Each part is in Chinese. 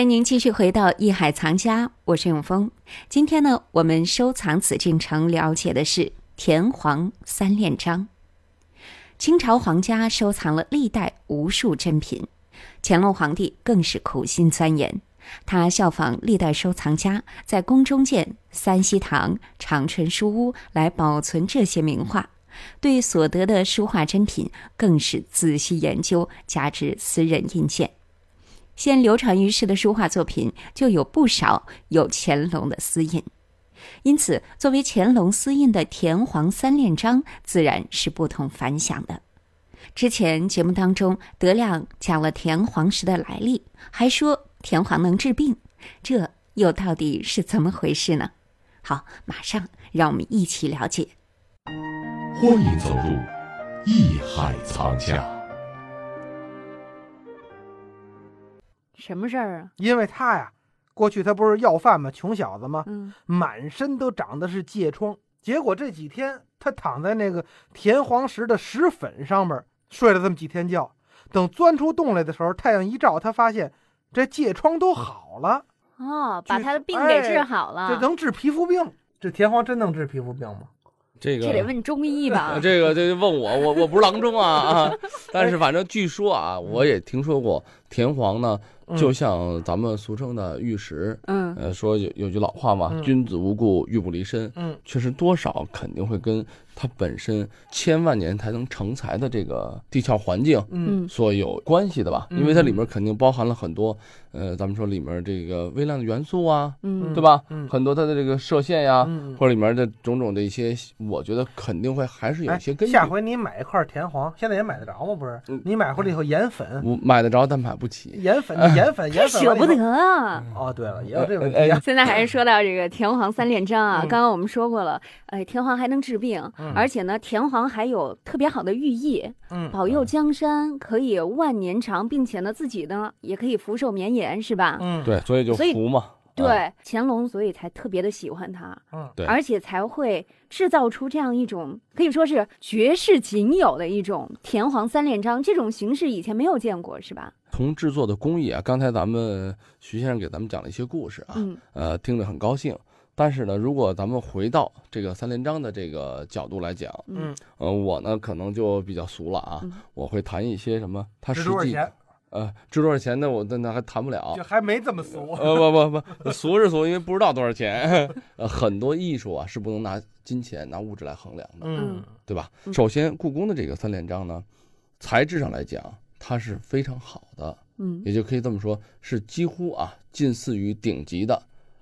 欢迎您继续回到《艺海藏家》，我是永峰。今天呢，我们收藏紫禁城了解的是田黄三链章。清朝皇家收藏了历代无数珍品，乾隆皇帝更是苦心钻研。他效仿历代收藏家，在宫中建三希堂、长春书屋来保存这些名画，对所得的书画珍品更是仔细研究，加之私人印鉴。现流传于世的书画作品就有不少有乾隆的私印，因此作为乾隆私印的田黄三链章自然是不同凡响的。之前节目当中，德亮讲了田黄石的来历，还说田黄能治病，这又到底是怎么回事呢？好，马上让我们一起了解。欢迎走入艺海藏家。什么事儿啊？因为他呀，过去他不是要饭吗？穷小子吗？嗯，满身都长的是疥疮，结果这几天他躺在那个田黄石的石粉上面睡了这么几天觉，等钻出洞来的时候，太阳一照，他发现这疥疮都好了，哦，据把他的说病给哎治好了，这能治皮肤病。哎这田黄真能治皮肤病吗？这个这得问啊中医吧呃？这个这就问我，我我不是郎中啊啊！但是反正据说啊，我也听说过田黄呢，嗯就像咱们俗称的玉石， 嗯，呃，说有有句老话嘛，嗯君子无故玉不离身。嗯，确实多少肯定会跟它本身千万年才能成材的这个地壳环境。嗯嗯所有关系的吧，因为它里面肯定包含了很多，呃，咱们说里面这个微量的元素啊，嗯对吧？嗯很多它的这个射线呀，嗯或者里面的种种的一些，我觉得肯定会还是有一些根据。哎下回你买一块田黄，现在也买得着吗？不是嗯，你买回来以后研粉，我买得着，但买不起。研粉，你研粉，他研粉舍完了不以后。得啊。哦，对了，也有这个问题哎哎啊。现在还是说到这个田黄三链章啊，嗯刚刚我们说过了，哎，田黄还能治病，嗯而且呢，田黄还有特别好的寓意，嗯，保佑江山可以万年长，并且呢，自己呢也可以福寿绵延，是吧？嗯，对，所以就所以服嘛。啊对，乾隆所以才特别的喜欢它，嗯对而且才会制造出这样一种可以说是绝世仅有的一种田黄三链章，这种形式以前没有见过，是吧？从制作的工艺啊，刚才咱们徐先生给咱们讲了一些故事啊，嗯呃，听着很高兴。但是呢，如果咱们回到这个三连章的这个角度来讲，嗯，呃，我呢可能就比较俗了啊，嗯我会谈一些什么，它值实多少际钱？呃值多少钱的，我那那还谈不了就。还没这么俗。呃不不不，俗是俗，因为不知道多少钱。 呃，很多艺术啊是不能拿金钱、拿物质来衡量的。嗯对吧？嗯首先，故宫的这个三连章呢，材质上来讲，它是非常好的，嗯也就可以这么说，是几乎啊近似于顶级的。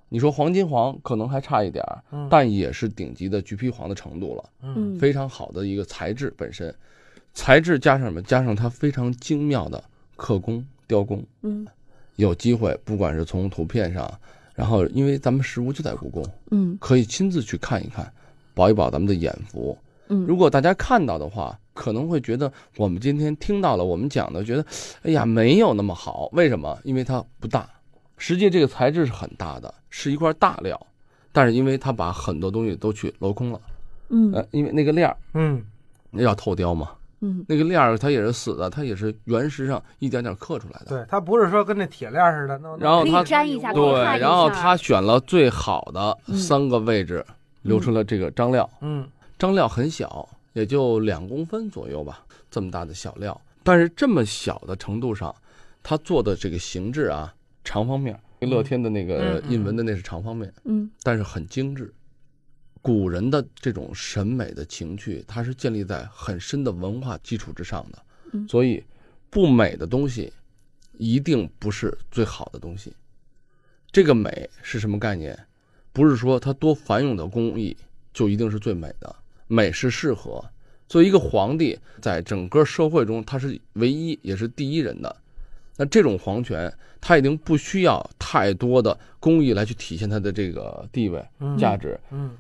你说黄金黄可能还差一点儿，嗯但也是顶级的橘皮黄的程度了，嗯嗯，非常好的一个材质本身，材质加上什么？加上它非常精妙的刻工、雕工，嗯有机会不管是从图片上，然后因为咱们实物就在故宫，嗯可以亲自去看一看，保一保咱们的眼福。嗯如果大家看到的话，可能会觉得我们今天听到了我们讲的，觉得，哎呀，没有那么好。为什么？因为它不大。实际这个材质是很大的，是一块大料，但是因为它把很多东西都去镂空了，嗯呃，因为那个链儿嗯那叫透雕嘛，嗯那个链儿它也是死的，它也是原石上一点点刻出来的。对，它不是说跟那铁链似的，那然后可它以粘一下，对可以看一，下然后他选了最好的嗯三个位置，留出了这个张料。嗯张料很小，也就两公分左右吧，这么大的小料。但是这么小的程度上，它做的这个形制啊，长方面，乐天的那个嗯嗯印文的那是长方面，嗯但是很精致。古人的这种审美的情趣，它是建立在很深的文化基础之上的，嗯所以不美的东西一定不是最好的东西。这个美是什么概念？不是说它多繁冗的工艺就一定是最美的，美是适合。作为一个皇帝，在整个社会中，他是唯一也是第一人的。那这种皇权，他已经不需要太多的工艺来去体现他的这个地位、嗯价值。嗯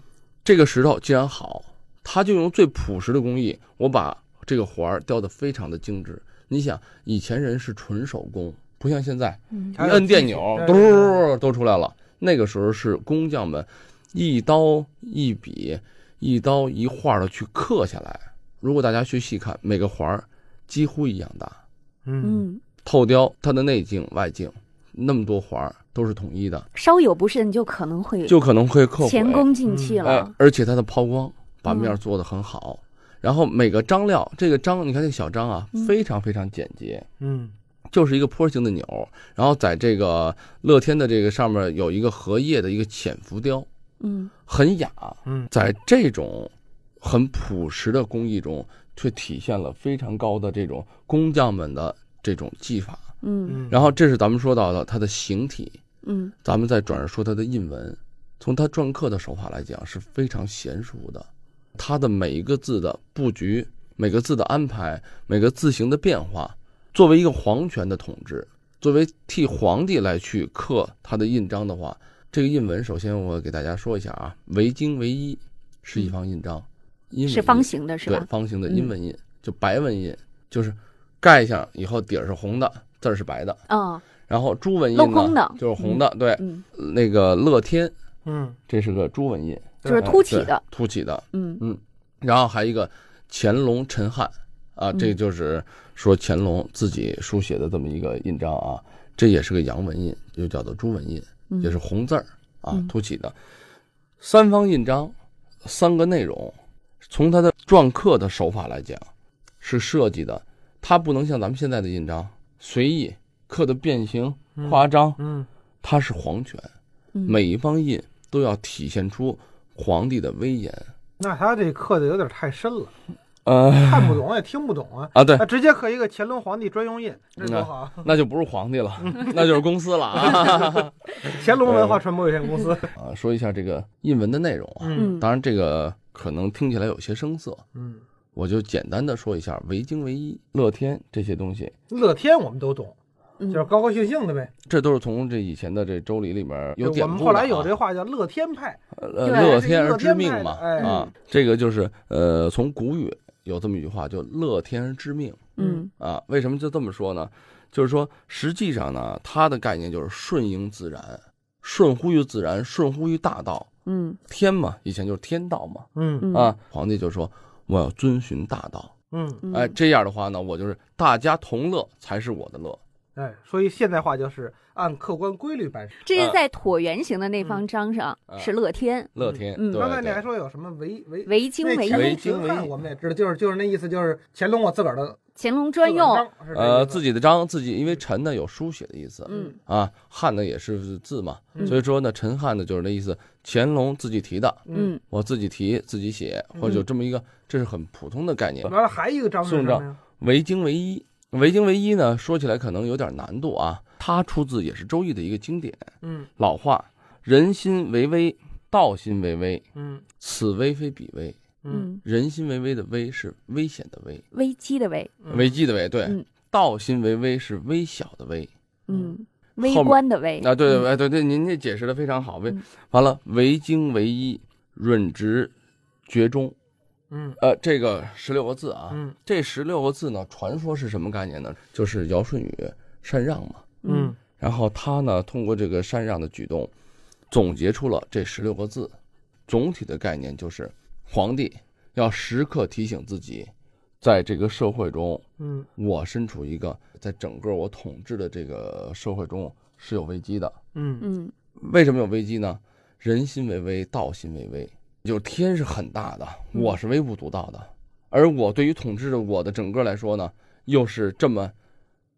这个石头既然好，他就用最朴实的工艺，我把这个环儿雕得非常的精致。你想，以前人是纯手工，不像现在，嗯一摁电钮，对对对嘟都出来了。那个时候是工匠们一刀一笔、一刀一画的去刻下来。如果大家去细看，每个环儿几乎一样大。嗯嗯透雕它的内径、外径，那么多环儿都是统一的，稍有不慎就可能会就可能会克前毁。功尽弃哎了。，而且它的抛光把面儿嗯做得很好，然后每个张料，这个章你看这个小章啊嗯，非常非常简洁，嗯就是一个坡形的钮，然后在这个乐天的这个上面有一个荷叶的一个浅浮雕，嗯很雅。嗯在这种很朴实的工艺中，却体现了非常高的这种工匠们的这种技法。嗯嗯，然后这是咱们说到的它的形体，嗯咱们再转而说它的印文。从它篆刻的手法来讲是非常娴熟的，它的每一个字的布局、每个字的安排、每个字形的变化，作为一个皇权的统治，作为替皇帝来去刻它的印章的话，这个印文首先我给大家说一下啊，维经为一是一方印章，因为是方形的是对吧？方形的嗯阴文印，就白文印，就是盖上以后底儿是红的，字儿是白的。嗯然后朱文印镂空呢的，就是红的，对，嗯，那个乐天，嗯这是个朱文印，就是凸起的啊对，凸起的。嗯然后还有一个乾隆陈汉啊，这嗯就是说乾隆自己书写的这么一个印章啊，这也是个洋文印，又叫做朱文印，嗯，也是红字儿啊嗯，凸起的。三方印章，三个内容，从它的篆刻的手法来讲，是设计的，它不能像咱们现在的印章随意刻的变形嗯夸张，嗯它是皇权，嗯每一方印都要体现出皇帝的威严。那他这刻的有点太深 了，呃看不懂也听不懂啊。啊，对嗯那，直接刻一个乾隆皇帝专用印，这多好 啊！那就不是皇帝了， 那就是公司了 啊。乾隆文化传播有限公司。啊，说一下这个印文的内容啊，嗯嗯当然这个可能听起来有些生涩，嗯，我就简单的说一下维京唯一、乐天这些东西，嗯乐天我们都懂，嗯就是高高兴兴的呗。这都是从这以前的这周礼里面有典我们故的啊。后来有这话叫乐天派。呃对乐天而乐知天命派嘛的哎啊，这个就是呃从古语有这么一句话，就乐天而知命。嗯啊，为什么就这么说呢？就是说，实际上呢，它的概念就是顺应自然，顺乎于自然，顺乎于大道。嗯天嘛，以前就是天道嘛。嗯嗯啊，皇帝就说我要遵循大道。嗯，嗯哎，这样的话呢，我就是大家同乐才是我的乐。哎，所以现代化就是按客观规律办事。这啊是在椭圆形的那方章上嗯是乐天，乐天，嗯对刚才你还对说有什么维维维经那维乾为隆精秦为汉一我们也知道，就是就是那意思，就是乾隆我自个儿的乾隆专用，，呃，自己己的章，自己因为臣呢有书写的意思嗯啊，汉呢也是字嘛，嗯所以说呢，陈汉呢就是那意思，乾隆自己提的，嗯我自己提自己写，嗯或者有这么一个，这是很普通的概念。完了还一个章是什么呀？维京唯一，维京唯一呢，说起来可能有点难度啊。它出自也是《周易》的一个经典，嗯老话“人心为微，道心为微，嗯此微非彼微”。嗯，人心为微的微是危险的危，危机的危，嗯危机的危。对，嗯道心为微是微小的微。嗯，微面观的微啊，对嗯对哎对对，您这解释的非常好。微、嗯完了，维京唯一，润直绝中。嗯呃，这个十六个字啊，嗯这十六个字呢，传说是什么概念呢？就是尧舜禹禅让嘛。嗯然后他呢，通过这个禅让的举动，总结出了这十六个字，总体的概念就是：皇帝要时刻提醒自己，在这个社会中，嗯我身处一个在整个我统治的这个社会中是有危机的。嗯嗯为什么有危机呢？人心为微，道心为微，就是天是很大的，嗯我是微不足道的，而我对于统治的我的整个来说呢，又是这么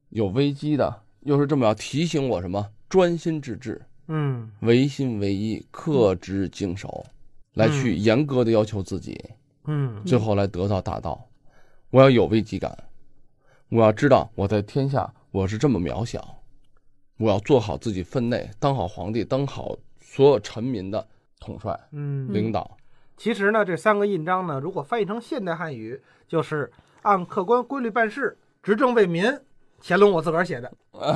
有危机的，又是这么要提醒我什么专心致志、嗯唯心唯一、克之精守，来去严格的要求自己，嗯最后来得到大道。我要有危机感，我要知道我在天下我是这么渺小，我要做好自己分内，当好皇帝，当好所有臣民的统帅嗯。领导。其实呢，这三个印章呢，如果翻译成现代汉语，就是按客观规律办事，执政为民。乾隆我自个儿写的，哎，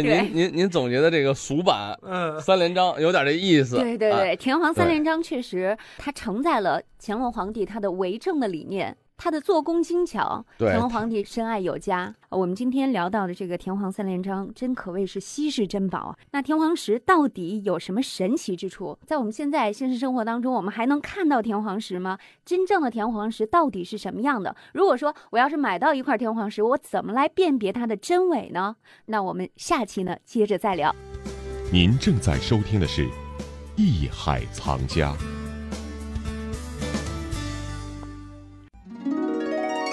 对您您您总结的这个俗版嗯三连章有点这意思。对对哎对，田黄三对连章确实，它承载了乾隆皇帝他的为政的理念，它的做工精巧，对乾隆皇帝深爱有加。呃我们今天聊到的这个田黄三连章，真可谓是稀世珍宝啊。那田黄石到底有什么神奇之处？在我们现在现实生活当中，我们还能看到田黄石吗？真正的田黄石到底是什么样的？如果说我要是买到一块田黄石，我怎么来辨别它的真伪呢？那我们下期呢，接着再聊。您正在收听的是《艺海藏家》。